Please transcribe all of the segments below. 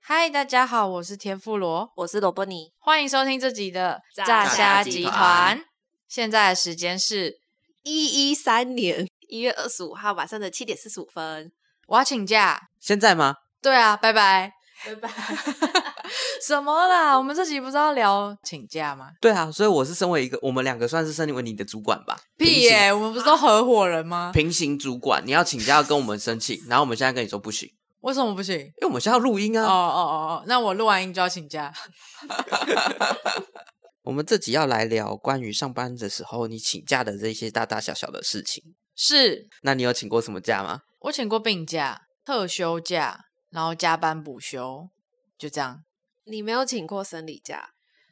嗨，大家好，我是田富罗，我是罗伯尼，欢迎收听这集的炸虾虾集集团团。现在的时间是一一三年一月二十五号晚上的七点四十五分，我要请假，现在吗？对啊，拜拜。 拜拜。什么啦？我们这集不是要聊请假吗？对啊，所以我是身为一个，我们两个算是身为你的主管吧，屁耶、我们不是 都合伙人吗平行，？平行主管，你要请假要跟我们申请，然后我们现在跟你说不行，为什么不 行？因为我们现在要录音哦啊，哦哦哦，那我录完音就要请假。我们这集要来聊关于上班的时候你请假的这些大大小小的事情。是那你有请过什么假吗？我请过病假、特休假，然后加班补休，就这样。你没有请过生理假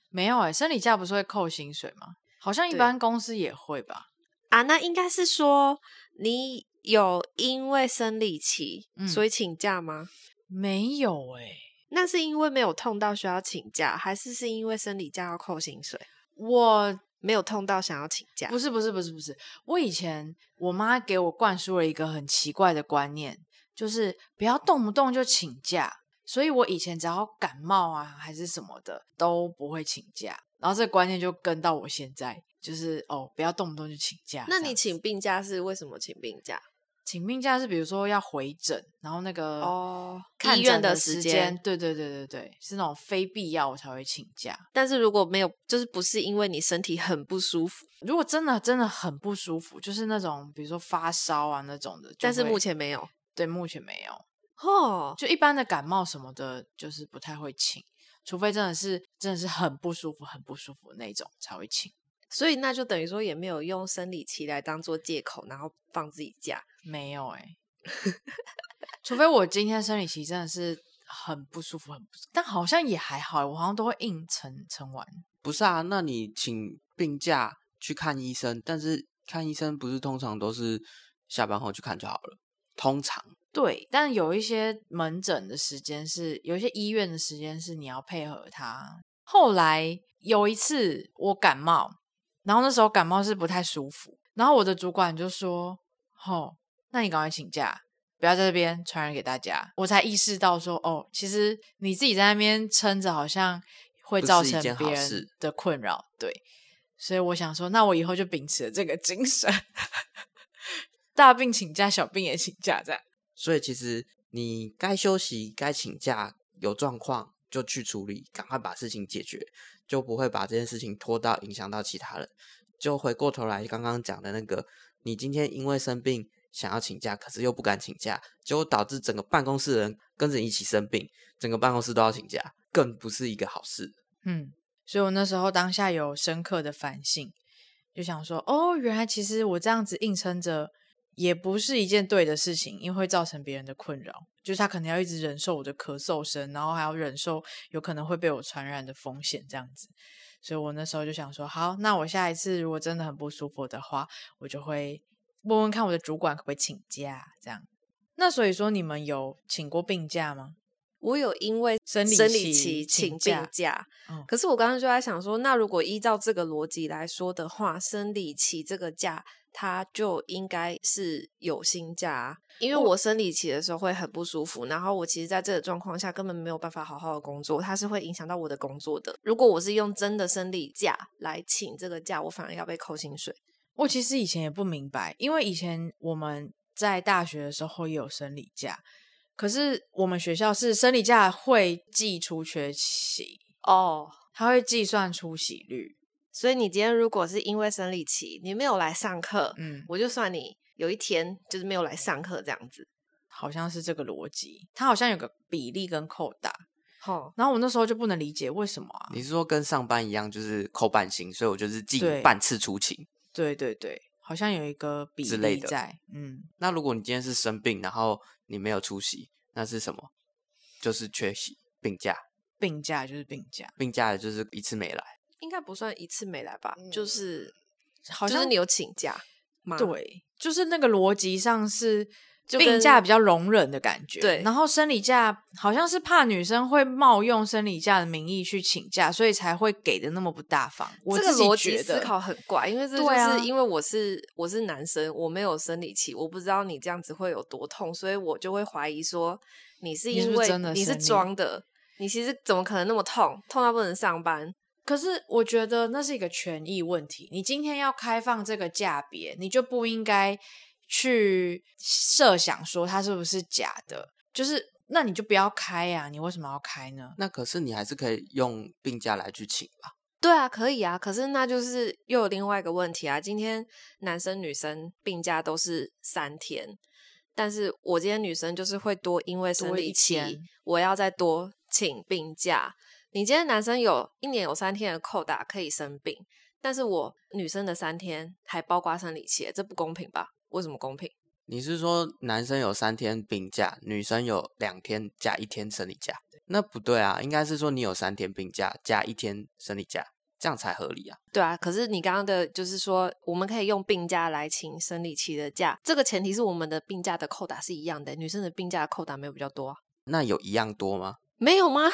没有哎、生理假不是会扣薪水吗？好像一对般公司也会吧。啊？那应该是说你有因为生理期、嗯所以请假吗？没有哎、那是因为没有痛到需要请假，还是是因为生理假要扣薪水？我没有痛到想要请假不？是不是不是不是，我以前我妈给我灌输了一个很奇怪的观念，就是不要动不动就请假。所以我以前只要感冒啊还是什么的都不会请假，然后这个观念就跟到我现在，就是哦不要动不动就请假。那这你样子请病假是为什么请病假？请病假是比如说要回诊，然后那个哦看医院诊的的时时间，间对对对对对，是那种非必要我才会请假。但是如果没有，就是不是因为你身体很不舒服，如果真的真的很不舒服，就是那种比如说发烧啊那种的，就但是会目前没有。对目前没有，哦，就一般的感冒什么的，就是不太会请，除非真的是真的是很不舒服、很不舒服的那种才会请。所以那就等于说也没有用生理期来当做借口，然后放自己假。没有哎、 除非我今天生理期真的是很不舒服，很不舒服，但好像也还好欸、我好像都会硬撑撑完。不是啊，那你请病假去看医生，但是看医生不是通常都是下班后去看就好了？通常对，但有一些门诊的时间是，有一些医院的时间是你要配合他。后来有一次我感冒，然后那时候感冒是不太舒服，然后我的主管就说：“哦，那你赶快请假，不要在这边传染给大家。”我才意识到说：“哦，其实你自己在那边撑着，好像会不造是一成件别好人事的困扰。”对，所以我想说，那我以后就秉持了这个精神， 大病请假，小病也请假，这样。所以其实你该休息、该请假，有状况就去处理，赶快把事情解决，就不会把这件事情拖到影响到其他人。就回过头来刚刚讲的那个，你今天因为生病想要请假，可是又不敢请假，结果导致整个办公室的人跟着你一起生病，整个办公室都要请假，更不是一个好事。嗯，所以我那时候当下有深刻的反省，就想说，哦，原来其实我这样子硬撑着也不是一件对的事情，因为会造成别人的困扰，就是他可能要一直忍受我的咳嗽声，然后还要忍受有可能会被我传染的风险，这样子。所以我那时候就想说，好，那我下一次如果真的很不舒服的话，我就会问问看我的主管可不可以请假，这样。那所以说，你们有请过病假吗？我有因为生理生期理期请请假病假，哦嗯可是我刚刚就在想说，那如果依照这个逻辑来说的话，生理期这个假它就应该是有薪假、啊，因为我生理期的时候会很不舒服，然后我其实在这个状况下根本没有办法好好的工作，它是会影响到我的工作的。如果我是用真的生理假来请这个假，我反而要被扣薪水。我其实以前也不明白，因为以前我们在大学的时候也有生理假，可是我们学校是生理假会计出缺席，哦，它会计算出席率。所以你今天如果是因为生理期你没有来上课，嗯，我就算你有一天就是没有来上课这样子。好像是这个逻辑，它好像有个比例跟扣打。吼，然后我那时候就不能理解为什么啊？你是说跟上班一样，就是扣半薪，所以我就是记对半次出勤。对对对，好像有一个比之类例的在。嗯，那如果你今天是生病，然后你没有出席，那是什么？就是缺席病假，病假就是病假，病假也就是一次没来。应该不算一次没来吧？就嗯是好就是像你有请假吗？，对，就是那个逻辑上是就病跟假比较容忍的感觉，对然后生理假好像是怕女生会冒用生理假的名义去请假，所以才会给的那么不大方。我这个自己逻觉辑思得考很怪，因为这就对啊是因为我是、我是男生，我没有生理期，我不知道你这样子会有多痛，所以我就会怀疑说你是你是因不是为真的你是生理装的，你其实怎么可能那么痛，痛到不能上班？可是我觉得那是一个权益问题。你今天要开放这个价别，你就不应该去设想说它是不是假的，就是那你就不要开呀、你为什么要开呢？那可是你还是可以用病假来去请吧？对啊，可以啊，可是那就是又有另外一个问题啊。今天男生女生病假都是三天，但是我今天女生就是会多，因为生多理一期天，我要再多请病假。你今天男生有一年有三天的扣打可以生病，但是我女生的三天还包括生理期，这不公平吧？为什么公平？你是说男生有三天病假，女生有两天加一天生理假？那不对啊，应该是说你有三天病假加一天生理假，这样才合理啊。对啊，可是你刚刚的就是说，我们可以用病假来请生理期的假，这个前提是我们的病假的扣打是一样的，女生的病假的扣打没有比较多、啊，那有一样多吗？没有吗？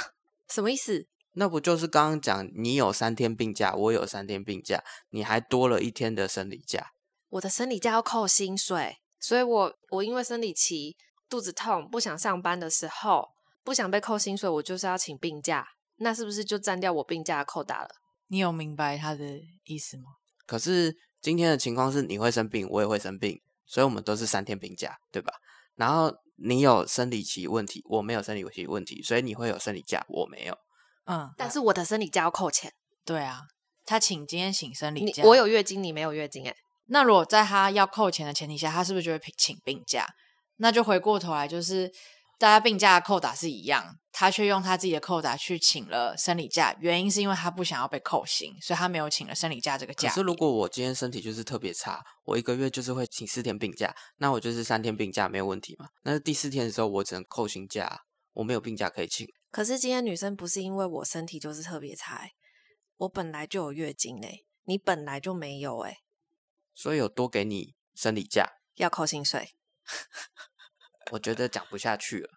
什么意思？那不就是刚刚讲你有三天病假，我有三天病假，你还多了一天的生理假？我的生理假要扣薪水，所以我我因为生理期肚子痛不想上班的时候，不想被扣薪水，我就是要请病假，那是不是就占掉我病假的扣打了？你有明白他的意思吗？可是今天的情况是你会生病，我也会生病，所以我们都是三天病假，对吧？然后你有生理期问题，我没有生理期问题，所以你会有生理假，我没有。嗯，但是我的生理假要扣钱，对啊，他请今天请生理你假，我有月经，你没有月经、欸，哎，那如果在他要扣钱的前提下，他是不是就会请请病假？那就回过头来，就是大家病假的扣打是一样，他却用他自己的扣打去请了生理假，原因是因为他不想要被扣薪，所以他没有请了生理假这个可假别。是如果我今天身体就是特别差，我一个月就是会请四天病假，那我就是三天病假没有问题嘛？但是第四天的时候我只能扣薪假啊，我没有病假可以请。可是今天女生不是因为我身体就是特别差欸、我本来就有月经嘞、欸你本来就没有哎、所以有多给你生理假，要扣薪水。我觉得讲不下去了。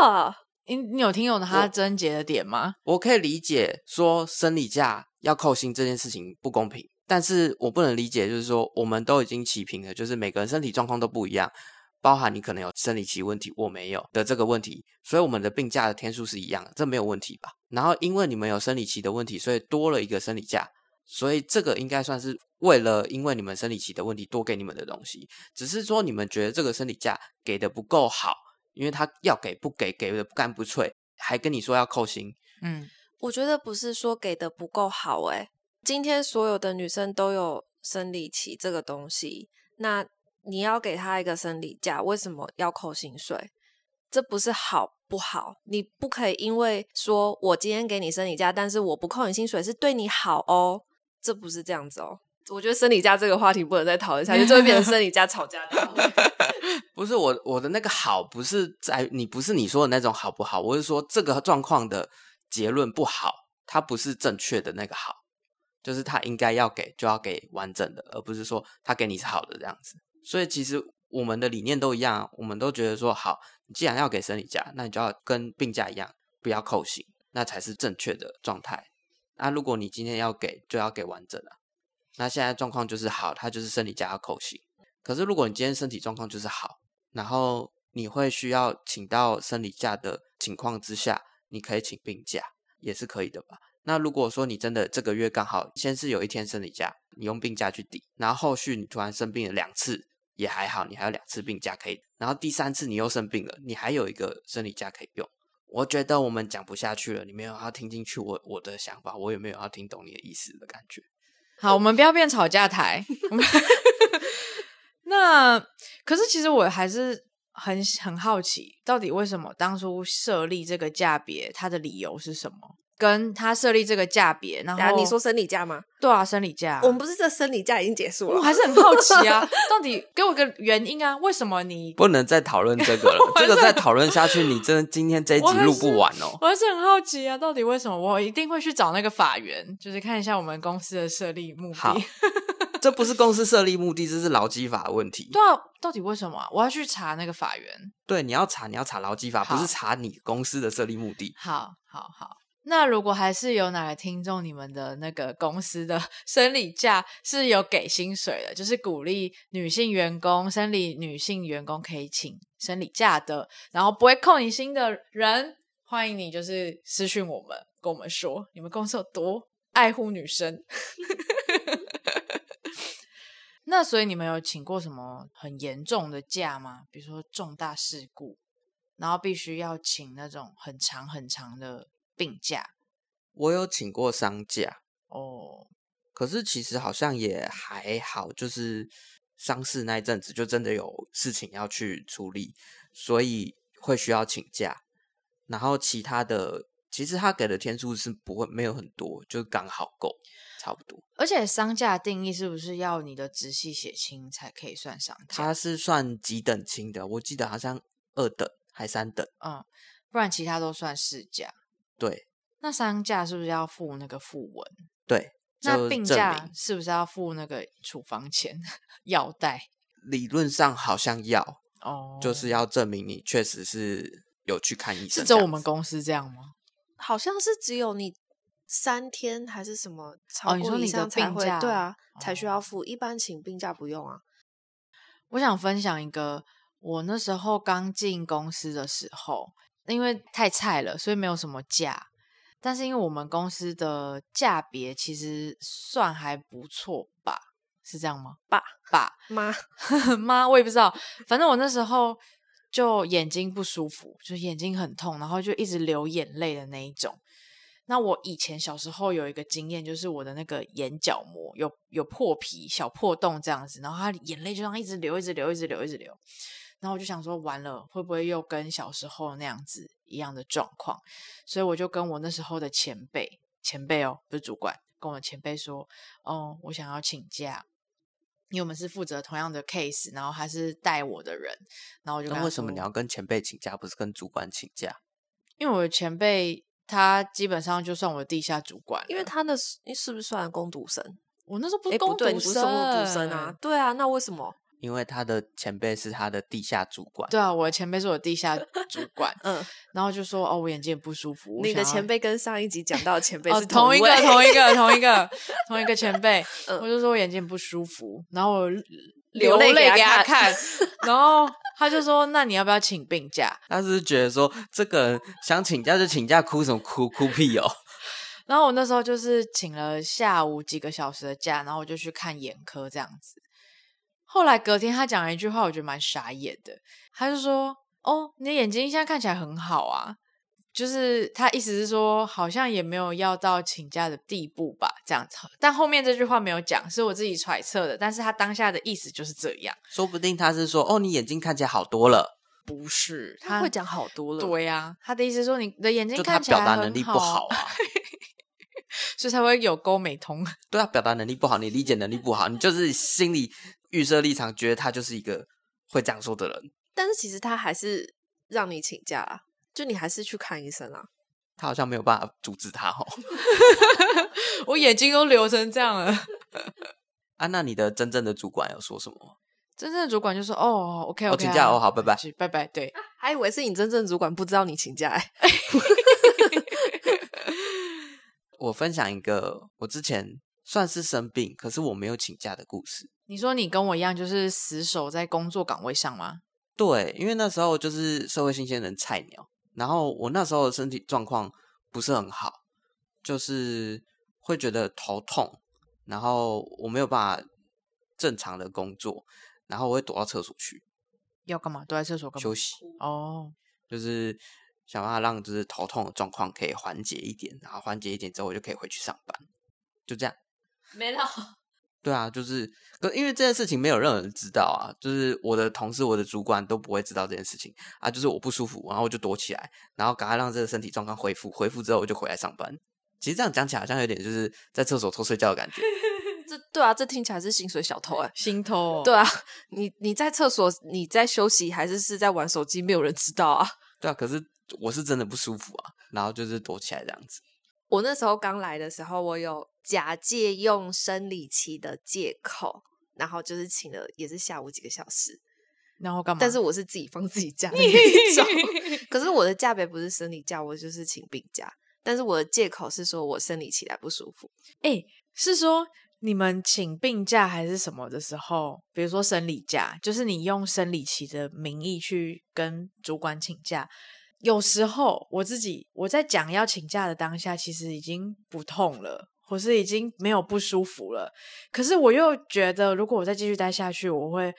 哇，你你有听懂他症结的点吗？我可以理解说生理假要扣薪这件事情不公平，但是我不能理解就是说我们都已经齐平了，就是每个人身体状况都不一样，包含你可能有生理期问题，我没有的这个问题，所以我们的病假的天数是一样的，这没有问题吧？然后因为你们有生理期的问题，所以多了一个生理假。所以这个应该算是为了因为你们生理期的问题多给你们的东西，只是说你们觉得这个生理假给的不够好，因为他要给不给，给的不干不脆，还跟你说要扣薪，嗯，我觉得不是说给的不够好哎、今天所有的女生都有生理期这个东西，那你要给她一个生理假，为什么要扣薪水？这不是好不好？你不可以因为说我今天给你生理假，但是我不扣你薪水是对你好哦，这不是这样子哦。我觉得生理假这个话题不能再讨论下去，就会变成生理假吵架大会。 不是我我的那个好，不是在你不是你说的那种好不好，我是说这个状况的结论不好，它不是正确的那个好，就是他应该要给就要给完整的，而不是说他给你是好的这样子。所以其实我们的理念都一样啊，我们都觉得说好，你既然要给生理假，那你就要跟病假一样，不要扣薪，那才是正确的状态。那如果你今天要给，就要给完整啊。那现在状况就是好，他就是生理假要扣薪。可是如果你今天身体状况就是好，然后你会需要请到生理假的情况之下，你可以请病假，也是可以的吧？那如果说你真的这个月刚好先是有一天生理假，你用病假去抵，然后后续你突然生病了两次，也还好，你还有两次病假可以，然后第三次你又生病了，你还有一个生理假可以用。我觉得我们讲不下去了，你没有要听进去我我的想法，我也没有要听懂你的意思的感觉。好，我们不要变吵架台。 我们那可是其实我还是很很好奇，到底为什么当初设立这个价别，它的理由是什么？跟他设立这个价别，然 然后后啊你说生理假吗？对啊，生理假，我们不是这生理假已经结束 我了？还是很好奇 啊，到底给我个原因啊？为什么你？不能再讨论这个了，这个再讨论下去，你真的今天这一我集还录是不完哦。我还是很好奇啊，到底为什么？我一定会去找那个法源，就是看一下我们公司的设立目好的。这不是公司设立目的，这是劳基法的问题。对啊，到底为什么啊、我要去查那个法源。对，你要查，你要查劳基法，不好是查你公司的设立目的。好，好，好。那如果还是有哪个听众，你们的那个公司的 生理假是有给薪水的，就是鼓励女性员工、生理女性员工可以请生理假的，然后不会扣你薪的人，欢迎你就是私讯我们，跟我们说你们公司有多爱护女生。 那所以你们有请过什么很严重的假吗？比如说重大事故，然后必须要请那种很长很长的病假我有请过丧假，哦。可是其实好像也还好，就是丧事那一阵子就真的有事情要去处理，所以会需要请假。然后其他的，其实他给的天数是不会没有很多，就刚好够，差不多。而且丧假的定义是不是要你的直系血亲才可以算丧假？他是算几等亲的？我记得好像二等还三等，嗯，不然其他都算事假。对那丧假是不是要付那个附文？对。那就病证假明是不是要付那个处方钱、 药袋？理论上好像要，哦，就是要证明你确实是有去看医生这样子。是只有我们公司这样吗？好像是只有你三天还是什么超你过说以你的上才病会、假对啊，才需哦要付。一般请病假不用啊。我想分享一个，我那时候刚进公司的时候，因为太菜了，所以没有什么假。但是因为我们公司的价别其实算还不错吧，是这样吗？ 吧吧，妈，妈，我也不知道，反正我那时候就眼睛不舒服，就眼睛很痛，然后就一直流眼泪的那一种。那我以前小时候有一个经验，就是我的那个眼角膜有有破皮、小破洞这样子，然后它眼泪就这样一直流、一直流、一直流、一直流。然后我就想说，完了，会不会又跟小时候那样子一样的状况？所以我就跟我那时候的前辈，前辈哦，不是主管，跟我的前辈说，哦，我想要请假，因为我们是负责同样的 case，然后他是带我的人，然后我就跟那他为什么说你要跟前辈请假，不是跟主管请假？因为我的前辈他基本上就算我的地下主管了， 因为他的是你是不是算工读生？我那时候不哎、是不攻对，读你不是工读生啊？，对啊，那为什么？，因为他的前辈是他的地下主管，对啊，我的前辈是我的地下主管嗯，然后就说哦，我眼睛也不舒服，我你的想要前辈跟上一集讲到的前辈哦，是同一一个位，同一个同一 个同一个前辈，嗯我就说我眼睛不舒服，然后我流泪泪给给他他看，然后他就说那你要不要请病假？他是觉得说这个人想请假就请假，哭什么哭哭屁哦！然后我那时候就是请了下午几个小时的假，然后我就去看眼科这样子。后来隔天他讲了一句话，我觉得蛮傻眼的，他就说：“哦，你的眼睛现在看起来很好啊。”就是他意思是说，好像也没有要到请假的地步吧，这样子。但后面这句话没有讲，是我自己揣测的。但是他当下的意思就是这样，说不定他是说哦，你眼睛看起来好多了，不是他会讲好多了。对呀、他的意思是说你的眼睛就他看起来表达很能力不啊 好，啊。所以才会有沟美通。对啊，表达能力不好，你理解能力不好，你就是心理预设立场，觉得他就是一个会这样说的人。但是其实他还是让你请假啊，就你还是去看医生啊。他好像没有办法阻止他哦。 我眼睛都流成这样了。啊，那你的真正的主管有说什么吗？真正的主管就说：“哦，OK，哦 OK，请假啊哦好拜拜，是拜拜。”对，还以为是你真正主管不知道你请假、欸，我分享一个我之前算是生病，可是我没有请假的故事。你说你跟我一样，就是死守在工作岗位上吗？对，因为那时候就是社会新鲜人菜鸟，然后我那时候的身体状况不是很好，就是会觉得头痛，然后我没有办法正常的工作，然后我会躲到厕所去要干嘛？都在厕所干嘛？休息，哦，就是想办法让就是头痛的状况可以缓解一点，然后缓解一点之后我就可以回去上班，就这样。没了。 对啊，就是可因为这件事情没有任何人知道啊，就是我的同事、我的主管都不会知道这件事情啊。就是我不舒服，然后我就躲起来，然后赶快让这个身体状况恢复，恢复之后我就回来上班。其实这样讲起来好像有点就是在厕所偷睡觉的感觉。这对啊，这听起来是薪水小偷哎、心哦头、对，啊， 你你在厕所，你在休息还是是在玩手机，没有人知道啊。 对啊，可是我是真的不舒服啊，然后就是躲起来这样子。我那时候刚来的时候，我有假借用生理期的借口，然后就是请了也是下午几个小时，然后干嘛？但是我是自己放自己假的那一种。 可是我的假别不是生理假，我就是请病假。但是我的借口是说我生理期来不舒服，是说你们请病假还是什么的时候，比如说生理假，就是你用生理期的名义去跟主管请假，有时候我自己我在讲要请假的当下，其实已经不痛了，或是已经没有不舒服了。可是我又觉得，如果我再继续待下去，我会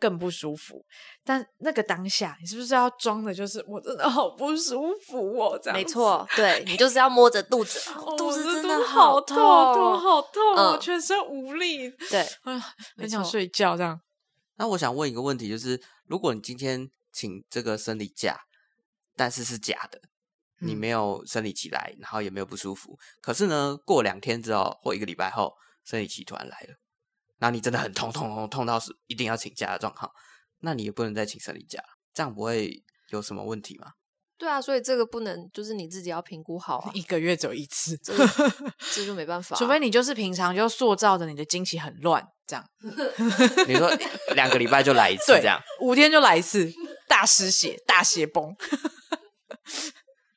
更不舒服。但那个当下，你是不是要装的，就是我真的好不舒服哦？这样没子错，对你就是要摸着 肚子，哦哦我肚的子肚真的好痛，肚好痛哦，嗯全身无力，对，哎呀，没很想错睡觉这样。那我想问一个问题，就是如果你今天请这个生理假，但是是假的，你嗯没有生理期来，然后也没有不舒服，可是呢，过两天之后或一个礼拜后，生理期突然来了，然后你真的很痛，痛痛痛到是一定要请假的状况，那你也不能再请生理假，这样不会有什么问题吗？ 对啊，所以这个不能就是你自己要评估好啊，一个月只有一次，这个 这就没办法啊，除非你就是平常就塑造着你的经期很乱，这样你说两个礼拜就来一次对这样， 五天就来一次，大失血、大血 崩。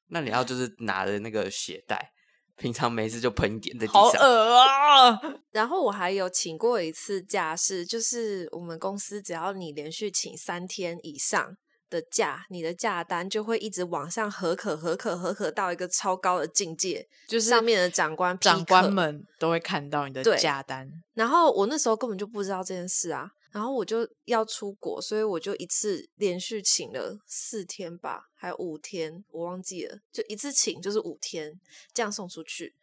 那你要就是拿着那个鞋带，平常没事就喷一点在地好上，恶啊！ 然后我还有请过一次假是，就是我们公司只要你连续请三天以上的假，你的假单就会一直往上合可合可合可到一个超高的境界，就是上面的长官批长官课们都会看到你的对假单，然后我那时候根本就不知道这件事啊，然后我就要出国，所以我就一次连续请了四天吧，还有五天，我忘记了，就一次请就是五天，这样送出去。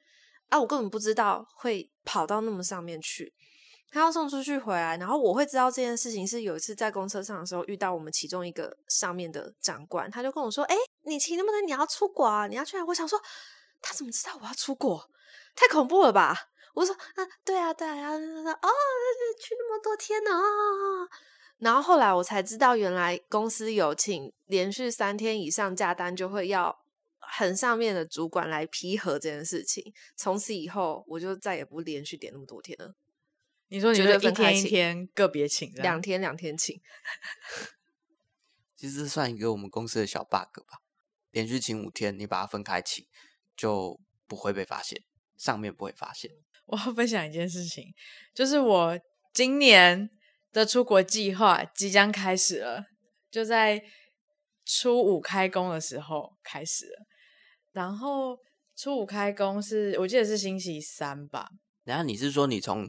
啊，我根本不知道会跑到那么上面去。他要送出去回来，然后我会知道这件事情是有一次在公车上的时候遇到我们其中一个上面的长官，他就跟我说：“哎、你骑能不能你要出国啊？你要去哪？”我想说，他怎么知道我要出国？太恐怖了吧！我说啊，对啊，对啊，然后他说哦，去那么多天呢、哦。然后后来我才知道，原来公司有请连续三天以上假单，就会要很上面的主管来批核这件事情。从此以后，我就再也不连续点那么多天了，你说你绝就对一分开天一请天个别请这样，两天两天请。其实这算一个我们公司的小 bug 吧。连续请五天，你把它分开请，就不会被发现，上面不会发现。我要分享一件事情，就是我今年的出国计划即将开始了，就在初五开工的时候开始了。然后初五开工是我记得是星期三吧？然后你是说你从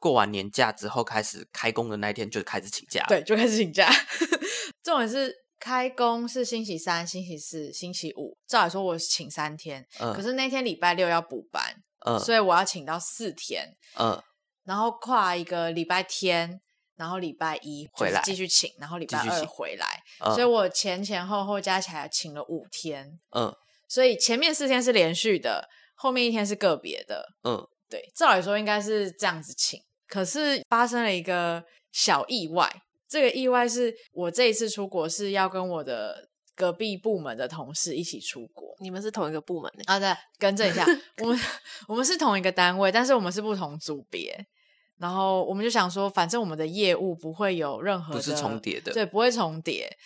过完年假之后开始开工的那一天就开始请假？，对，就开始请假。 重点是开工是星期三、星期四、星期五，照理说我请三天，嗯可是那天礼拜六要补班，嗯所以我要请到四天。嗯，然后跨一个礼拜天，然后礼拜一就回是来继续请，然后礼拜继续二请回来，嗯所以我前前后后加起来请了五天，嗯所以前面四天是连续的，后面一天是个别的。嗯，对，照理说应该是这样子请，可是发生了一个小意外。这个意外是我这一次出国是要跟我的隔壁部门的同事一起出国，你们是同一个部门的、啊，对，更正一下，我们我们是同一个单位，但是我们是不同组别。然后我们就想说，反正我们的业务不会有任何不是的重叠的对，不会重叠。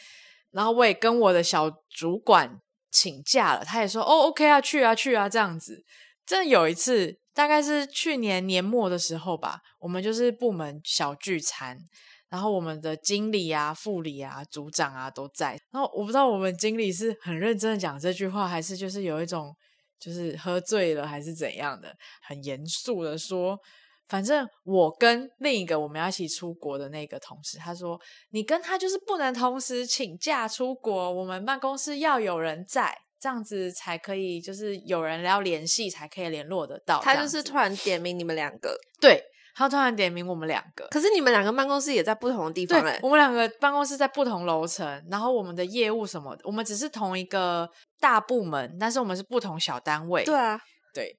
然后我也跟我的小主管请假了，他也说哦，OK 啊，去啊，去啊，这样子。真的有一次，大概是去年年末的时候吧，我们就是部门小聚餐，然后我们的经理啊、副理啊、组长啊都在。然后我不知道我们经理是很认真的讲这句话，还是就是有一种就是喝醉了还是怎样的，很严肃的说。反正我跟另一个我们要一起出国的那个同事，他说：“你跟他就是不能同时请假出国，我们办公室要有人在，这样子才可以，就是有人要联系才可以联络得哦到。这他样就子”是突然点名你们两个，对，他突然点名我们两个，可是你们两个办公室也在不同的地对方哎、，我们两个办公室在不同楼层，然后我们的业务什么的，我们只是同一个大部门，但是我们是不同小单位。对啊，对，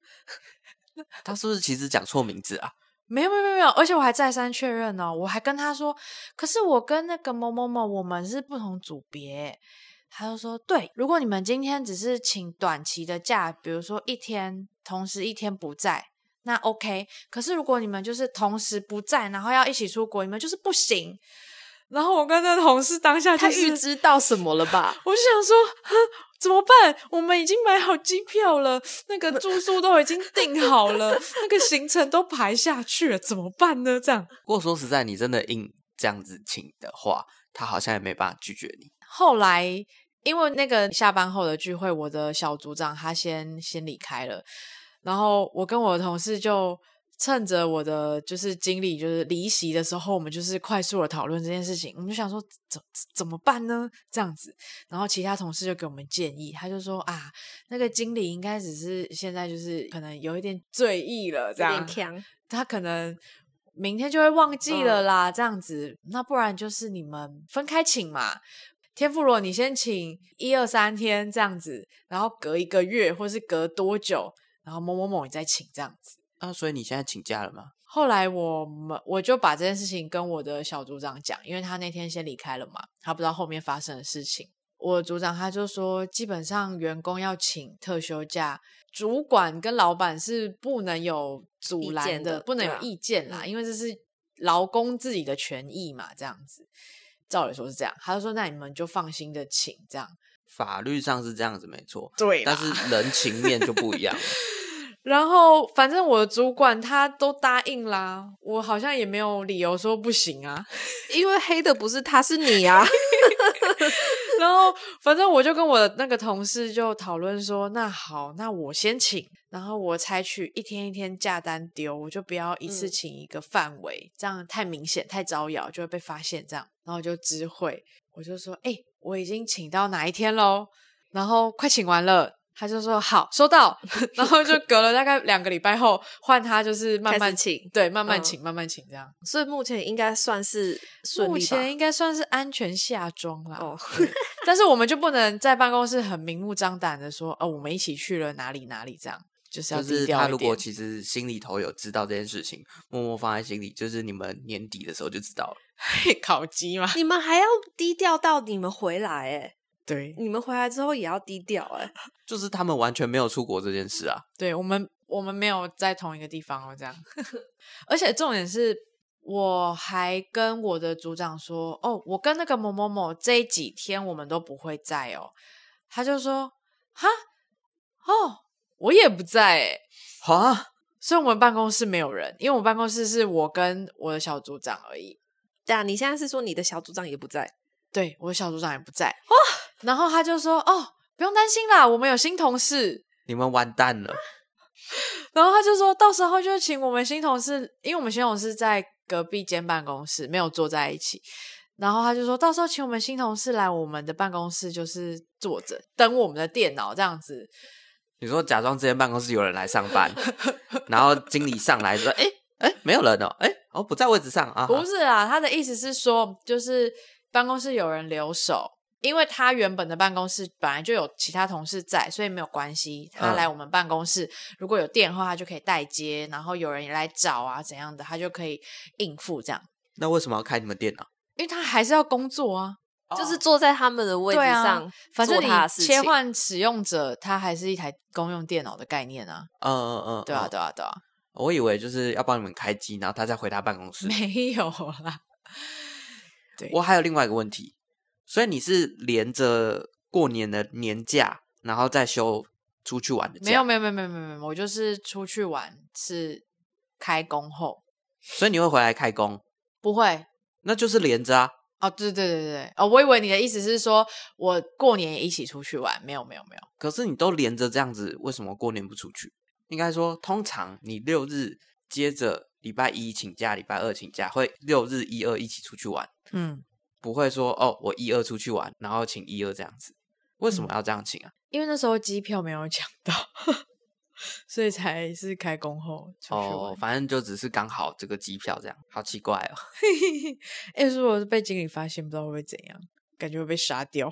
他是不是其实讲错名字啊？没有没有没有没有，而且我还再三确认哦，我还跟他说，可是我跟那个某某某我们是不同组别。他就说，对，如果你们今天只是请短期的假，比如说一天，同时一天不在，那 OK。可是如果你们就是同时不在，然后要一起出国，你们就是不行。然后我跟那个同事当下就他是预知到什么了 吧？我就想说，哼，怎么办？我们已经买好机票了，那个住宿都已经订好了，那个行程都排下去了，怎么办呢？这样不过说实在，你真的硬这样子请的话，他好像也没办法拒绝你。后来因为那个下班后的聚会，我的小组长他先先离开了，然后我跟我的同事就趁着我的就是经理就是离席的时候，我们就是快速的讨论这件事情，我们就想说怎怎么办呢？这样子，然后其他同事就给我们建议，他就说啊，那个经理应该只是现在就是可能有一点醉意了，这有样点强。他可能明天就会忘记了嗯啦，这样子，那不然就是你们分开请嘛。天妇罗，你先请一二三天这样子，然后隔一个月或是隔多久，然后某某某你再请这样子。啊，所以你现在请假了吗？后来我们我就把这件事情跟我的小组长讲，因为他那天先离开了嘛，他不知道后面发生的事情。我组长他就说，基本上员工要请特休假，主管跟老板是不能有阻意拦见的不能对有啊意见啦，嗯因为这是劳工自己的权益嘛，这样子。照理说是这样，他就说那你们就放心的请这样。法律上是这样子没错，对但是人情面就不一样了。然后反正我的主管他都答应啦，我好像也没有理由说不行啊。因为黑的不是他，是 你啊！然后反正我就跟我那个同事就讨论说，那好，那我先请，然后我采取一天一天假单丢，我就不要一次嗯请一个范围，这样太明显太招摇，就会被发现这样。然后我就知会，我就说，哎、我已经请到哪一天喽，然后快请完了。他就说好，收到。 然后就隔了大概两个礼拜后，换他就是慢开始慢请对，慢慢嗯请，慢慢请这样。所以目前应该算是顺目利吧前应该算是安全下装啦。哦，但是我们就不能在办公室很明目张胆的说，哦，我们一起去了哪里哪里这样，就是要就低是调他一如果点。其实心里头有知道这件事情，默默放在心里，就是你们年底的时候就知道了。 烤鸡嘛， 你们还要低调到你们回来哎、对你们回来之后也要低调哎、就是他们完全没有出国这件事啊，对，我们我们没有在同一个地方哦，这样。 而且重点是，我还跟我的组长说，哦，我跟那个某某某这几天我们都不会在哦。他就说，哈，哦，我也不在诶、哈，所以我们办公室没有人，因为我们办公室是我跟我的小组长而已。对啊，你现在是说你的小组长也不在？对，我的小组长也不在哦。然后他就说：“哦，不用担心啦，我们有新同事。你们完蛋了。”然后他就说到时候就请我们新同事，因为我们新同事在隔壁间办公室，没有坐在一起。然后他就说到时候请我们新同事来我们的办公室，就是坐着等我们的电脑这样子。你说假装之前办公室有人来上班，然后经理上来说：“哎、哎、没有人哦，哎、哦不在位置上啊。不是啊，他的意思是说，就是办公室有人留守，因为他原本的办公室本来就有其他同事在，所以没有关系。他嗯来我们办公室，如果有电话，他就可以代接，然后有人来找啊怎样的，他就可以应付这样。那为什么要开你们电脑？哦因为他还是要工作啊，就是坐在他们的位置对啊上，反正哦做你他的事切情 换使用者，他还是一台公用电脑的概念啊。嗯嗯嗯，对啊，嗯对啊，对啊，我以为就是要帮你们开机，然后他再回他办公室。 没有啦。 对，我还有另外一个问题，所以你是连着过年的年假，然后再休出去玩的假？没有，，没有，没有，没有，没有，没有，我就是出去玩是开工后。所以你会回来开工，不会那就是连着啊。哦，对对对对对，哦，我以为你的意思是说我过年也一起出去玩，没有没有没有，可是你都连着这样子，为什么过年不出去？应该说，通常你六日接着礼拜一请假，礼拜二请假，会六日一二一起出去玩，嗯，不会说哦，我一二出去玩，然后请一二这样子。嗯为什么要这样请啊？因为那时候机票没有抢到， 所以才是开工后出去玩哦，。 反正就只是刚好这个机票这样，好奇怪哦。哎、如果是被经理发现，不知道会不会怎样，感觉会被杀掉。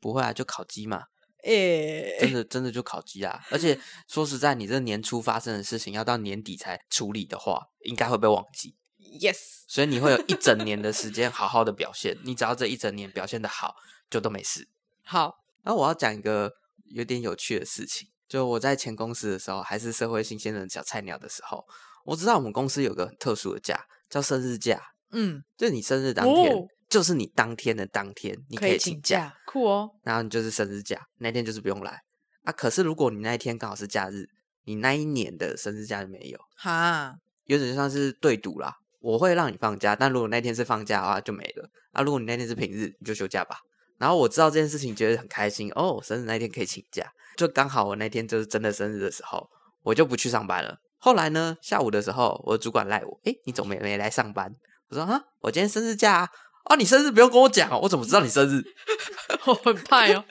不会啊，就烤鸡嘛，哎、真的真的就烤鸡啊。而且说实在，你这年初发生的事情，要到年底才处理的话，应该会被忘记。 y e s 所以你会有一整年的时间好好的表现，你只要这一整年表现的好，就都没事。好，然后我要讲一个有点有趣的事情，就我在前公司的时候，还是社会新鲜人小菜鸟的时候，我知道我们公司有个很特殊的假，叫生日假，嗯，就是你生日当天，哦就是你当天的当天，你可以请假，假，酷哦，然后你就是生日假，那天就是不用来啊。可是如果你那一天刚好是假日，你那一年的生日假就没有，哈， 有点像是对赌啦。我会让你放假，但如果那天是放假的话就没了。啊，如果你那天是平日，你就休假吧。然后我知道这件事情，觉得很开心哦，我生日那一天可以请假，就刚好我那天就是真的生日的时候，我就不去上班了。后来呢，下午的时候，我的主管赖我，诶，你怎么没没来上班？我说啊，我今天生日假啊。哦，你生日不用跟我讲哦，我怎么知道你生日？我很怕 哦。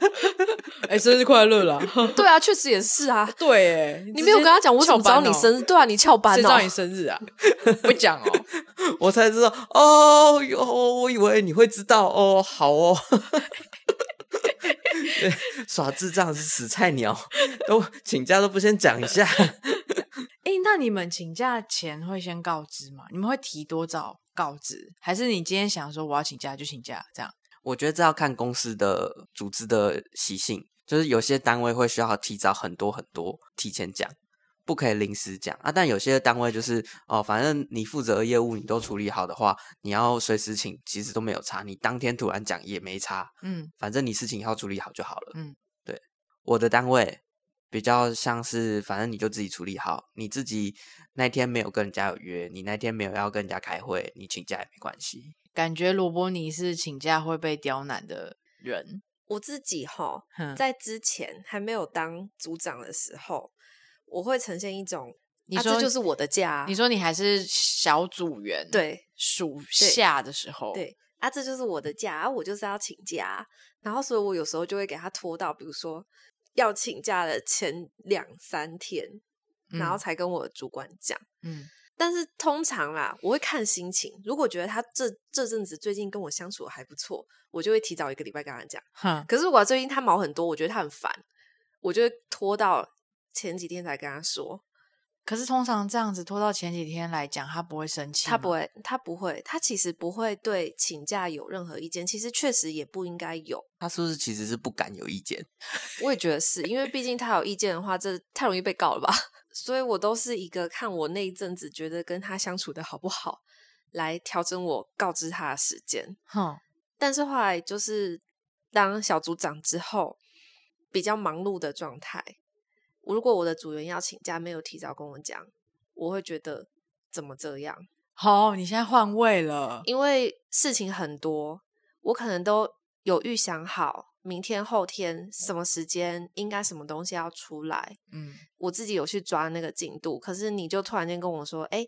哎、生日快乐啦！对啊，确实也是啊。对，哎， 你没有跟他讲，我怎么知道你生日？日？对啊，你翘哦班谁知道你哦。生日啊？ 不讲 哦。我才知道哦哟，我以为你会知道哦，好哦， 对耍智障是死菜鸟，都请假都不先讲一下。 哎、那你们请假前会先告知吗？你们会提多早告知，还是你今天想说我要请假就请假这样？我觉得这要看公司的组织的习性，就是有些单位会需要提早很多很多提前讲，不可以临时讲啊。但有些单位就是哦，反正你负责的业务你都处理好的话，你要随时请，其实都没有差。你当天突然讲也没差，嗯反正你事情要处理好就好了。嗯，对，我的单位比较像是，反正你就自己处理好，你自己那天没有跟人家有约，你那天没有要跟人家开会，你请假也没关系。感觉罗伯尼是请假会被刁难的人。我自己哈，哼，在之前还没有当组长的时候，我会呈现一种，你啊说这就是我的假啊，你说你还是小组员，，对属下的时候，对啊，这就是我的假啊，我就是要请假啊。然后，所以我有时候就会给他拖到，比如说要请假的前两三天，嗯，然后才跟我的主管讲。嗯但是通常啦，我会看心情。如果觉得他这这阵子最近跟我相处得还不错，我就会提早一个礼拜跟他讲。哼，可是我最近他毛很多，我觉得他很烦，我就会拖到前几天才跟他说。可是通常这样子拖到前几天来讲，他不会生气吗，他不会，他不会，他其实不会对请假有任何意见。其实确实也不应该有，他是不是其实是不敢有意见？我也觉得是因为毕竟他有意见的话，这太容易被告了吧。 所以我都是一个看我那一阵子觉得跟他相处的好不好，来调整我告知他的时间。哼，但是后来就是当小组长之后，比较忙碌的状态。如果我的组员要请假，没有提早跟我讲，我会觉得怎么这样？好，你现在换位了，因为事情很多，我可能都有预想好，明天、后天什么时间应该什么东西要出来，嗯，我自己有去抓那个进度。可是你就突然间跟我说：“哎，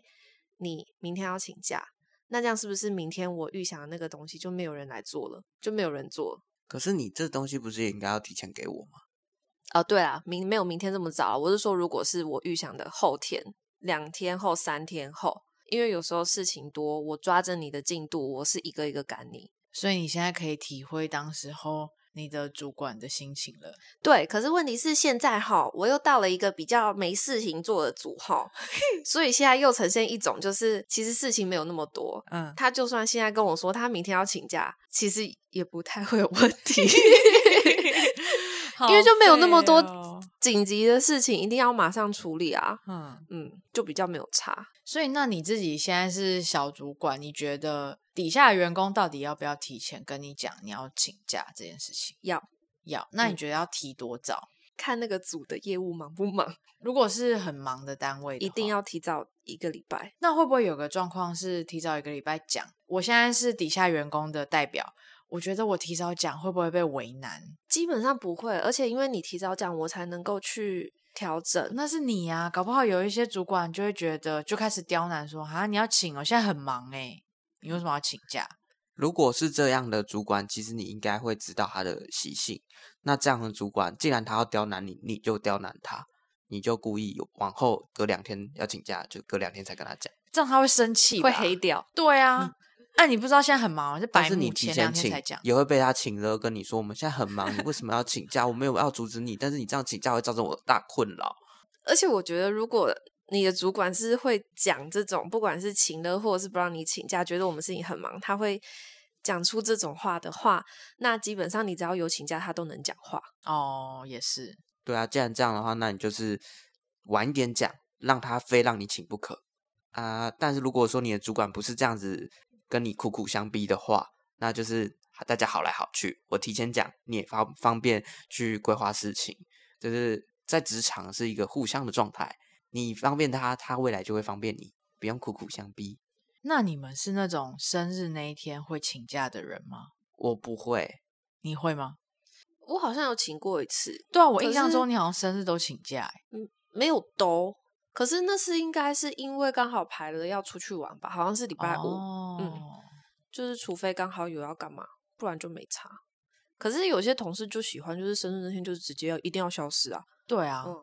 你明天要请假。”那这样是不是明天我预想的那个东西就没有人来做了，就没有人做了？可是你这东西不是也应该要提前给我吗？哦，对啊，明没有明天这么早啊我是说，如果是我预想的后天、两天后、三天后，因为有时候事情多，我抓着你的进度，我是一个一个赶你。所以你现在可以体会当时候你的主管的心情了。对，可是问题是现在哈，我又到了一个比较没事情做的组哈， 所以现在又呈现一种就是其实事情没有那么多。嗯，他就算现在跟我说他明天要请假，其实也不太会有问题 好，因为就没有那么多废哦紧急的事情一定要马上处理啊。嗯，嗯，就比较没有差。所以那你自己现在是小主管，你觉得底下的员工到底要不要提前跟你讲你要请假这件事情？要要，那你嗯觉得要提多早？看那个组的业务忙不忙，如果是很忙的单位的一定话。要提早一个礼拜。那会不会有个状况是提早一个礼拜讲？我现在是底下员工的代表，我觉得我提早讲会不会被为难？基本上不会，而且因为你提早讲，我才能够去调整。那是你呀、搞不好有一些主管就会觉得就开始刁难说啊，你要请哦，现在很忙哎、你为什么要请假？如果是这样的主管，其实你应该会知道他的习性。那这样的主管，既然他要刁难你，你就刁难他，你就故意有往后隔两天要请假，就隔两天才跟他讲。这样他会生气，会黑。嗯掉，对啊，那、你不知道现在很忙，是但白是你目提前前两请天才讲，也会被他请了，跟你说我们现在很忙，你为什么要请假？我没有要阻止你，但是你这样请假会造成我的大困扰。而且我觉得，如果你的主管是会讲这种，不管是请了或者是不让你请假，觉得我们事情很忙，他会讲出这种话的话，那基本上你只要有请假，他都能讲话。哦，也是，对啊，既然这样的话，那你就是晚一点讲，让他非让你请不可啊、但是如果说你的主管不是这样子跟你苦苦相逼的话，那就是大家好来好去，我提前讲，你也方方便去规划事情，就是在职场是一个互相的状态，你方便他，他未来就会方便你，不用苦苦相逼。那你们是那种生日那一天会请假的人吗？我不会，你会吗？我好像有请过一次，对啊，我可印象中是你好像生日都请假、欸，没有都，可是那是应该是因为刚好排了要出去玩吧，好像是礼拜五，嗯哦，就是除非刚好有要干嘛，不然就没差。可是有些同事就喜欢，就是生日那天就是直接要一定要消失啊，对啊，嗯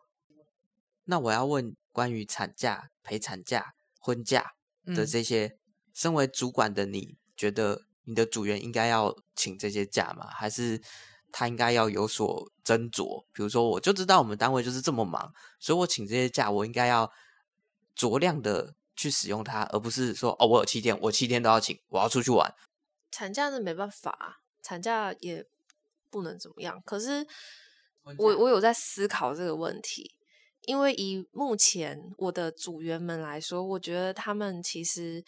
那我要问关于产假、陪产假、婚假嗯的这些，身为主管的你，觉得你的组员应该要请这些假吗？还是他应该要有所斟酌？比如说，我就知道我们单位就是这么忙，所以我请这些假，我应该要酌量的去使用它，而不是说哦，我有七天，我七天都要请，我要出去玩。产假是没办法、啊，产假也不能怎么样。可是婚我假我有在思考这个问题，因为以目前我的组员们来说，我觉得他们其实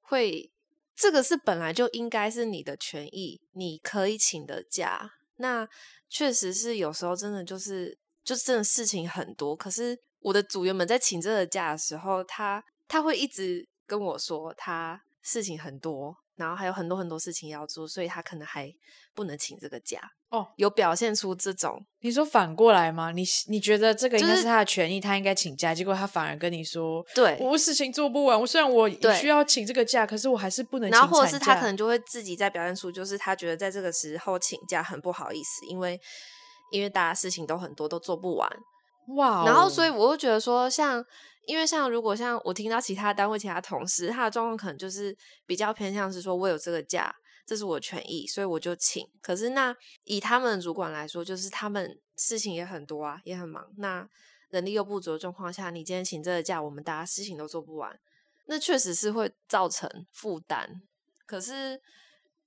会这个是本来就应该是你的权益，你可以请的假。那确实是有时候真的就是就真的事情很多，可是我的组员们在请这个假的时候，他他会一直跟我说他事情很多，然后还有很多很多事情要做，所以他可能还不能请这个假。哦，有表现出这种你说反过来吗？你你觉得这个应该就是是他的权益，他应该请假，结果他反而跟你说，对，我事情做不完，我虽然我对需要请这个假，可是我还是不能请然产后假。或者是他可能就会自己在表现出，就是他觉得在这个时候请假很不好意思，因为因为大家事情都很多，都做不完。哇哦、然后所以我就觉得说像，因为像如果像我听到其他单位其他同事，他的状况可能就是比较偏向是说我有这个假，这是我的权益，所以我就请。可是那以他们的主管来说，就是他们事情也很多啊，也很忙，那人力又不足的状况下，你今天请这个假，我们大家事情都做不完，那确实是会造成负担。可是。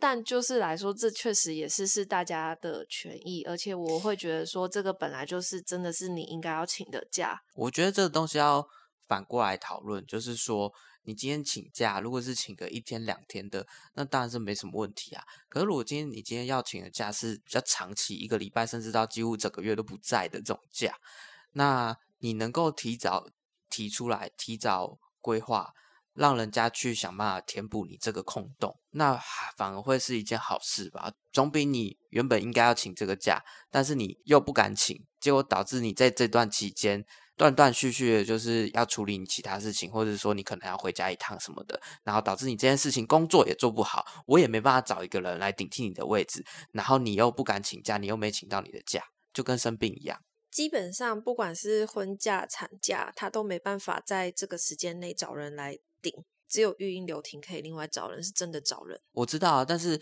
但就是来说，这确实也是是大家的权益，而且我会觉得说，这个本来就是真的是你应该要请的假，我觉得这个东西要反过来讨论，就是说，你今天请假，如果是请个一天两天的，那当然是没什么问题啊。可是如果今天你今天要请的假是比较长期，一个礼拜甚至到几乎整个月都不在的这种假，那你能够提早提出来，提早规划，让人家去想办法填补你这个空洞，那还反而会是一件好事吧？总比你原本应该要请这个假，但是你又不敢请，结果导致你在这段期间断断续续的，就是要处理你其他事情，或者说你可能要回家一趟什么的，然后导致你这件事情工作也做不好，我也没办法找一个人来顶替你的位置，然后你又不敢请假，你又没请到你的假，就跟生病一样。基本上不管是婚假、产假，他都没办法在这个时间内找人来顶，只有育婴留停可以另外找人，是真的找人。我知道啊，但是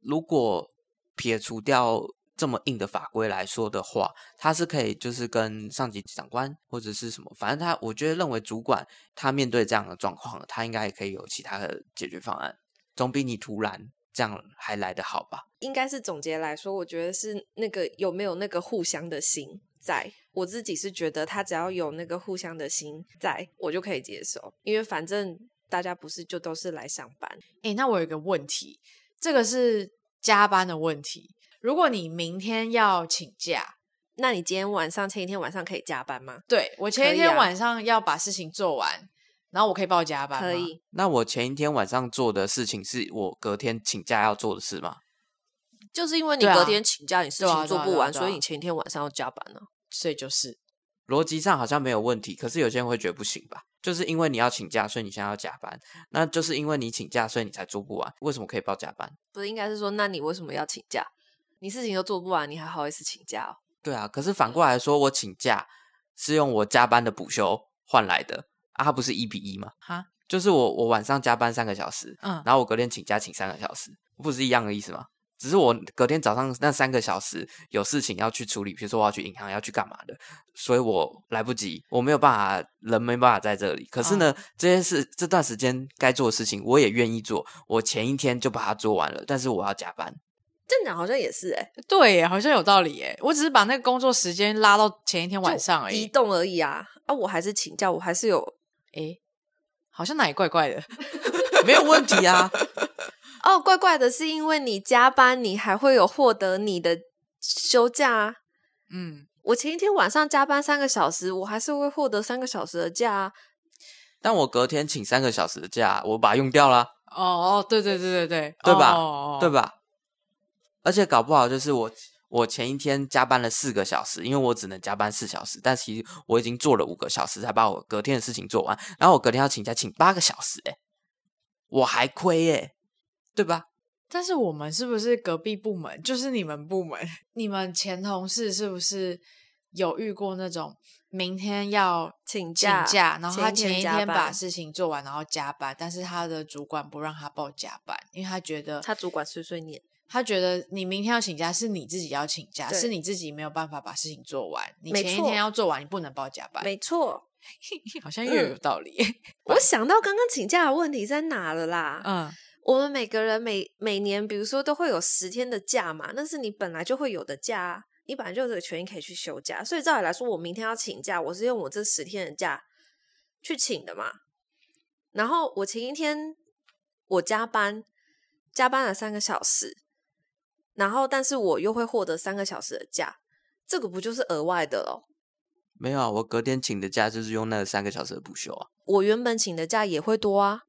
如果撇除掉这么硬的法规来说的话，他是可以就是跟上级长官或者是什么，反正他我觉得认为主管他面对这样的状况，他应该也可以有其他的解决方案，总比你突然这样还来得好吧？应该是总结来说，我觉得是那个有没有那个互相的心在。我自己是觉得他只要有那个互相的心在，我就可以接受，因为反正大家不是就都是来上班，诶，那我有一个问题，这个是加班的问题。如果你明天要请假，那你今天晚上前一天晚上可以加班吗？对我前一可以天啊晚上要把事情做完，然后我可以报加班吗可以，那我前一天晚上做的事情是我隔天请假要做的事吗？就是因为你对啊隔天请假，你事对啊情做对啊不对啊完，对所以啊你前一天晚上要加班呢、所以就是逻辑上好像没有问题，可是有些人会觉得不行吧？就是因为你要请假，所以你现在要加班，那就是因为你请假，所以你才做不完，为什么可以报加班？不是应该是说，那你为什么要请假？你事情都做不完，你还好意思请假、哦？对啊，可是反过来说，我请假是用我加班的补休换来的啊，它不是一比一吗？哈，就是我我晚上加班三个小时，嗯，然后我隔天请假请三个小时，不是一样的意思吗？只是我隔天早上那三个小时有事情要去处理，比如说我要去银行要去干嘛的，所以我来不及，我没有办法，人没办法在这里。可是呢，这些事这段时间该做的事情我也愿意做，我前一天就把它做完了，但是我要加班。正长好像也是哎、对耶，好像有道理耶。我只是把那个工作时间拉到前一天晚上而移已。动而已啊啊！我还是请假，我还是有诶，好像哪里怪 怪的。没有问题啊，哦。怪怪的是，因为你加班，你还会有获得你的休假啊。嗯，我前一天晚上加班三个小时，我还是会获得三个小时的假啊。但我隔天请三个小时的假，我把它用掉啦，哦哦，对对对对对，对吧哦、对？吧？而且搞不好就是我我前一天加班了四个小时，因为我只能加班四小时，但其实我已经做了五个小时才把我隔天的事情做完，然后我隔天要请假请八个小时、欸，哎，我还亏哎、对吧？但是我们是不是隔壁部门？就是你们部门， 你们前同事是不是有遇过那种明天要请请假假，然后他前一加天把班事情做完，然后加班，但是他的主管不让他报加班，因为他觉得他主管碎碎念，他觉得你明天要请假是你自己要请假，对是你自己没有办法把事情做完，你没前一错天要做完，你不能报加班，没嗯错。好像越有道理。 我想到刚刚请假的问题在哪了啦？嗯，我们每个人每每年，比如说都会有十天的假嘛，那是你本来就会有的假啊，你本来就有这个权益可以去休假。所以照理来说，我明天要请假，我是用我这十天的假去请的嘛。然后我前一天我加班，加班了三个小时，然后但是我又会获得三个小时的假，这个不就是额外的咯？没有啊，我隔天请的假就是用那三个小时的补休啊。我原本请的假也会多啊，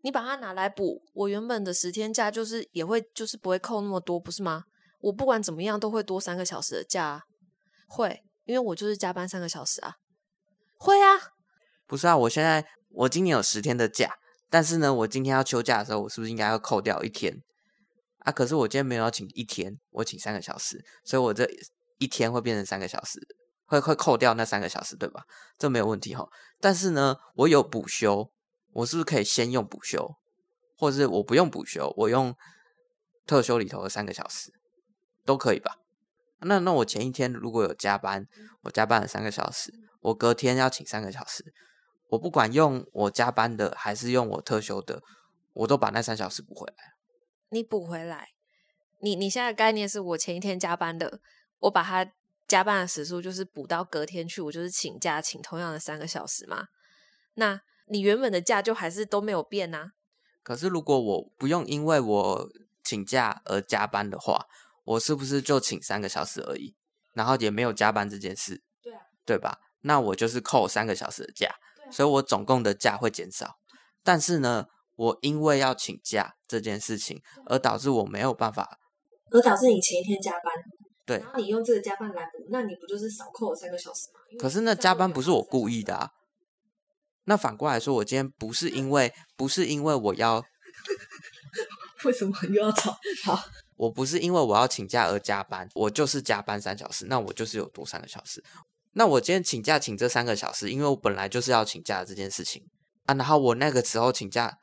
你把它拿来补，我原本的十天假就是也会就是不会扣那么多，不是吗？我不管怎么样都会多三个小时的假、啊，会，因为我就是加班三个小时啊，会啊，不是啊，我现在我今年有十天的假，但是呢，我今天要休假的时候，我是不是应该要扣掉一天啊？可是我今天没有要请一天，我请三个小时，所以我这一天会变成三个小时，会会扣掉那三个小时，对吧？这没有问题哈。但是呢，我有补休，我是不是可以先用补休，或是我不用补休，我用特休里头的三个小时都可以吧？那那我前一天如果有加班，我加班了三个小时，我隔天要请三个小时，我不管用我加班的还是用我特休的，我都把那三小时补回来。你补回来，你你现在的概念是我前一天加班的，我把它加班的时数就是补到隔天去，我就是请假请同样的三个小时嘛，那你原本的假就还是都没有变啊呐、可是如果我不用因为我请假而加班的话，我是不是就请三个小时而已？然后也没有加班这件事，对啊，对吧？那我就是扣三个小时的假，所以我总共的假会减少。但是呢，我因为要请假这件事情，啊而导致我没有办法而导致你前一天加班，对然后你用这个加班来补，那你不就是少扣了三个小时吗？因为可是那这样加就班没不有是我三小故时意的啊。那反过来说，我今天不是因为不是因为我要， 为什么又要吵？我不是因为我要请假而加班，我就是加班三小时，那我就是有多三个小时。那我今天请假请这三个小时，因为我本来就是要请假的这件事情啊。然后我那个时候请假，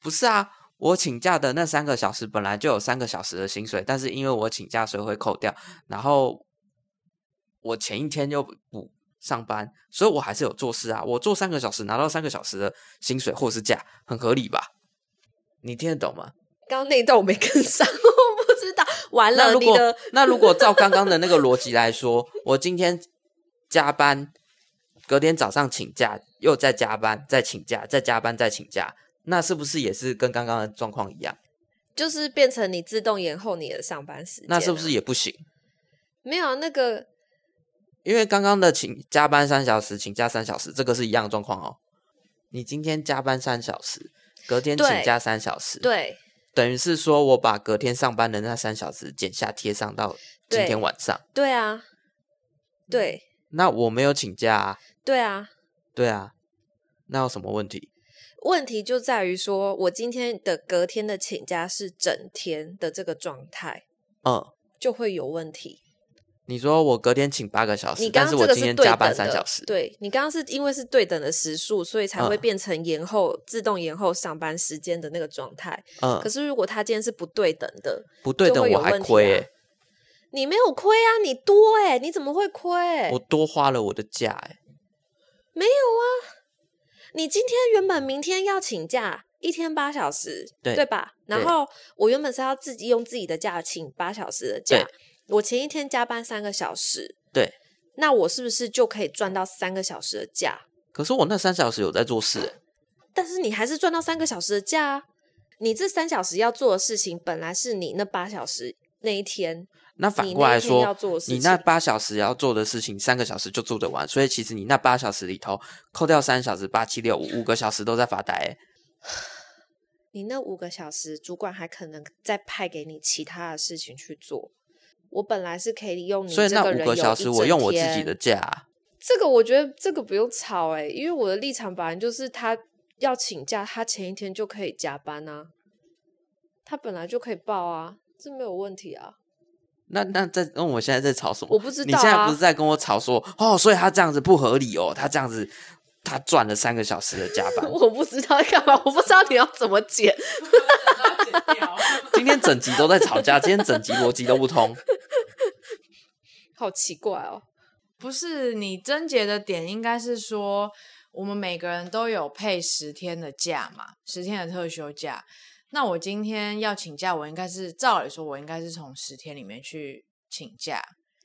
不是啊，我请假的那三个小时本来就有三个小时的薪水，但是因为我请假所以会扣掉，然后我前一天又补上班，所以我还是有做事啊。我做三个小时拿到三个小时的薪水或是假，很合理吧？你听得懂吗？刚刚那一段我没跟上，我不知道。完那了，如你果的 那如果照刚刚的那个逻辑来说，我今天加班，隔天早上请假，又再加班，再请假，再加班，再请假，那是不是也是跟刚刚的状况一样？就是变成你自动延后你的上班时间啊、那是不是也不行？没有啊那个？因为刚刚的请加班三小时，请假三小时，这个是一样的状况哦。你今天加班三小时，隔天请对假三小时，，对等于是说我把隔天上班的那三小时减下贴上到今对天晚上，对啊，对那我没有请假啊，对啊。对啊，那有什么问题？问题就在于说，我今天的隔天的请假是整天的这个状态，嗯，就会有问题。你说我隔天请八个小时，你刚但刚我这个今天对加等班的，三小时，对你刚刚是因为是对等的时数，所以才会嗯变成延后、自动延后上班时间的那个状态。嗯可，是如果他今天是不对等的，不对就等会有我还问题亏啊耶、你没有亏啊，你多哎、你怎么会亏、我多花了我的假哎、没有啊，你今天原本明天要请假。一天八小时，对吧？对然后我原本是要自己用自己的假请八小时的假对，我前一天加班三个小时，对，那我是不是就可以赚到三个小时的假？可是我那三小时有在做事、欸，但是你还是赚到三个小时的假啊！你这三小时要做的事情，本来是你那八小时那一天，那反你过那一来天说要做的，事你那情八小时要做的事情，三个小时就做得完，所以其实你那八小时里头扣掉三小时，八七六五五个小时都在发呆、欸。你那五个小时，主管还可能再派给你其他的事情去做。我本来是可以用你所嗯以这那个五人个有小一时，我整用我自己天的假啊，这个我觉得这个不用吵哎、因为我的立场本来就是他要请假，他前一天就可以加班啊，他本来就可以报啊，这没有问题啊。那那在那我现在在吵什么？我不知你道现在啊不是在跟我吵说哦，所以他这样子不合理哦，他这样子他赚了三个小时的加 班，我不知道干嘛，我不知道你要怎么解。今天整集都在吵架，今 天整集逻辑都不通。好奇怪哦。不是你症结的点，应该是说我们每个人都有配十天的假嘛，十天的特休假。那我今天要请假，我应该是照理说，我应该是从十天里面去请假。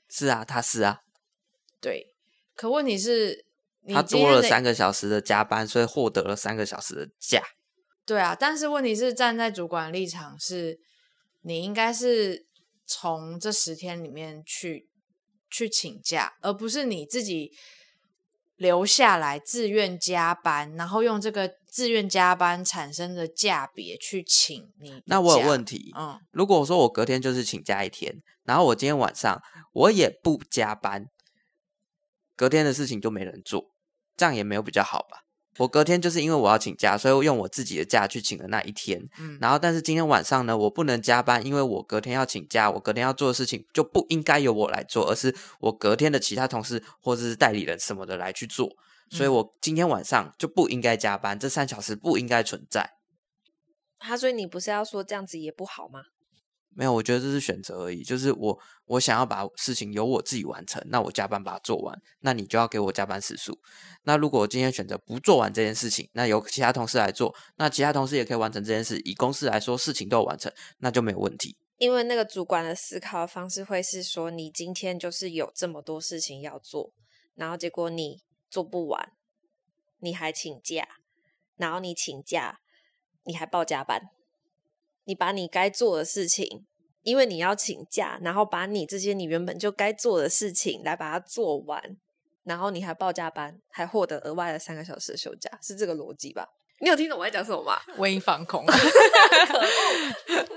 是啊，他是啊，对，可问题是，你他今多天了的三个小时的加班，所以获得了三个小时的假。对啊，但是问题是，站在主管的立场是，你应该是从这十天里面去去请假，而不是你自己留下来自愿加班，然后用这个自愿加班产生的价别去请你。那我有问，题，嗯，如果我说我隔天就是请假一天，然后我今天晚上我也不加班，隔天的事情就没人做，这样也没有比较好吧？我隔天就是因为我要请假，所以我用我自己的假去请了那一天。嗯然后，但是今天晚上呢，我不能加班，因为我隔天要请假，我隔天要做的事情就不应该由我来做，而是我隔天的其他同事或者是代理人什么的来去做。所以嗯我今天晚上就不应该加班，这三小时不应该存在。他、所以你不是要说这样子也不好吗？没有，我觉得这是选择而已。就是我，我想要把事情由我自己完成，那我加班把它做完，那你就要给我加班时数。那如果我今天选择不做完这件事情，那由其他同事来做，那其他同事也可以完成这件事。以公司来说，事情都有完成，那就没有问题。因为那个主管的思考方式会是说，你今天就是有这么多事情要做，然后结果你做不完，你还请假，然后你请假，你还报加班，你把你该做的事情，因为你要请假，然后把你这些你原本就该做的事情来把它做完，然后你还报加班，还获得额外的三个小时的休假，是这个逻辑吧？你有听懂我在讲什么吗？我已经放空了。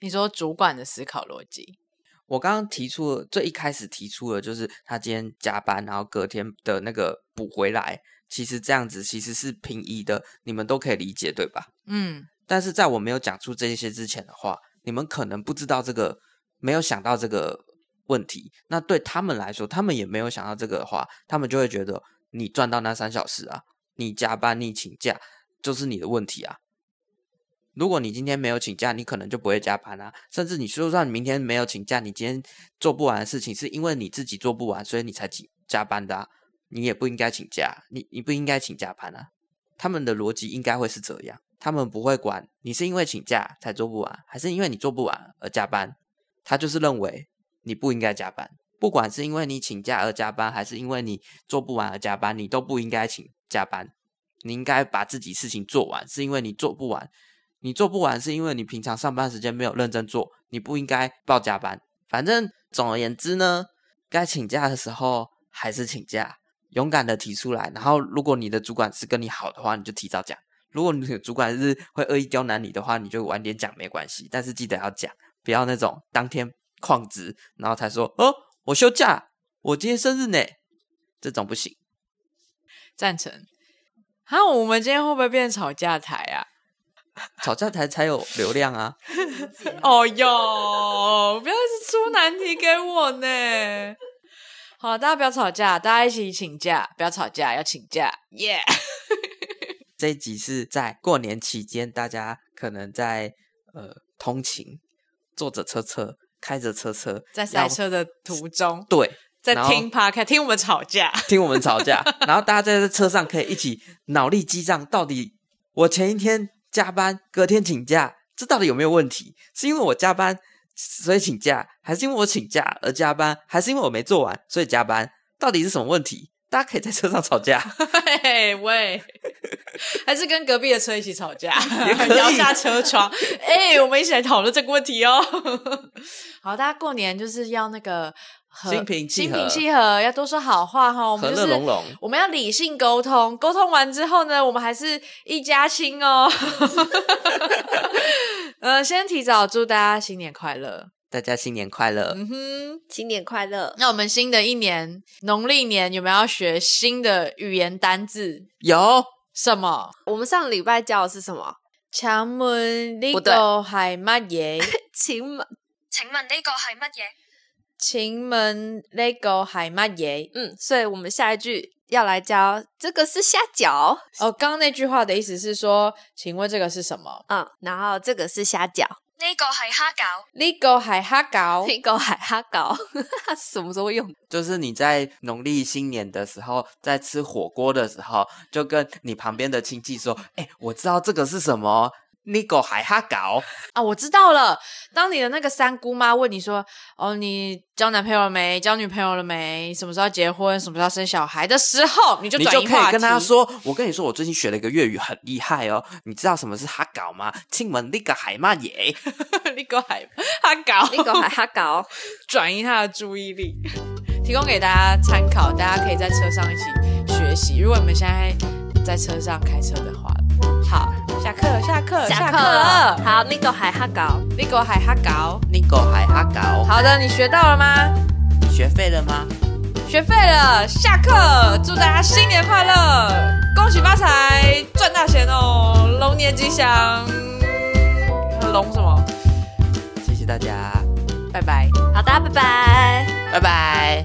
你说主管的思考逻辑，我刚刚提出了最一开始提出的就是他今天加班，然后隔天的那个补回来，其实这样子其实是平移的，你们都可以理解对吧？嗯，但是在我没有讲出这些之前的话，你们可能不知道这个，没有想到这个问题。那对他们来说，他们也没有想到这个的话，他们就会觉得你赚到那三小时啊，你加班，你请假，就是你的问题啊。如果你今天没有请假，你可能就不会加班啊。甚至你就算你明天没有请假，你今天做不完的事情，是因为你自己做不完，所以你才请加班的、啊。你也不应该请假，你你不应该请加班啊。他们的逻辑应该会是这样，他们不会管你是因为请假才做不完，还是因为你做不完而加班，他就是认为你不应该加班，不管是因为你请假而加班，还是因为你做不完而加班，你都不应该请加班，你应该把自己事情做完，是因为你做不完，你做不完是因为你平常上班时间没有认真做，你不应该报加班。反正总而言之呢，该请假的时候还是请假，勇敢的提出来。然后，如果你的主管是跟你好的话，你就提早讲；如果你的主管是会恶意刁难你的话，你就晚点讲没关系，但是记得要讲，不要那种当天旷职，然后才说哦我休假，我今天生日呢，这种不行。赞成。哈，我们今天会不会变吵架台啊？吵架台才有流量啊！哦哟，不要一直出难题给我呢。好，大家不要吵架，大家一起请假，不要吵架，要请假，耶、这一集是在过年期间，大家可能在呃通勤，坐着车车，开着车车，在赛要车的途中，对，在然后听 p o d 听我们吵架，听我们吵架，然后大家在这车上可以一起脑力激荡，到底我前一天加班，隔天请假，这到底有没有问题？是因为我加班所以请假，还是因为我请假而加班，还是因为我没做完所以加班？到底是什么问题？大家可以在车上吵架， 嘿嘿 喂，还是跟隔壁的车一起吵架也可，以摇下车 窗，哎、我们一起来讨论这个问题哦。好，大家过年就是要那个和心平气心平和气和，要多说好话哈。我和们就乐是融融。我们要理性沟通，沟通完之后呢，我们还是一家亲 哦。呃，先提早祝大家新年快乐。大家新年快乐！嗯哼，新年快乐！那我们新的一年农历年有没有要学新的语言单字？有什么？我们上礼拜教的是什么？强门呢不对个海乜嘢？请问，请问呢个系乜嘢？请问呢个海乜 嘢？嗯，所以我们下一句要来教这个是虾饺，哦，刚刚那句话的意思是说，请问这个是什么？嗯，然后这个是虾饺，呢个系虾饺，呢个系虾饺。那个海哈糕， 什么时候会用？就是你在农历新年的时候，在吃火锅的时候，就跟你旁边的亲戚说：“哎、我知道这个是什么，那个海哈搞。啊，我知道了。当你的那个三姑妈问你说：“哦，你交男朋友了没？交女朋友了没？什么时候要结婚？什么时候要生小孩？”的时候，你”就你转就移可话以题，跟 他说：“我跟你说，我最近学了一个粤语，很厉害哦。你知道什么是哈搞吗？亲吻那个海骂耶。你给我还他搞，那个海哈糕，转移他的注意力， 提供给大家参考，大家可以在车上一起学习。如果你们现在在车上开车的话，好，下课，下课， 下课了课，好，那个海哈糕。你给我还哈搞。那个海哈搞，好的，你学到了吗？学废了吗？学费了，下课，祝大家新年快乐，恭喜发财，赚大钱哦，龙年吉祥，龙什么？谢谢大家，拜拜。好的，拜拜。拜拜。”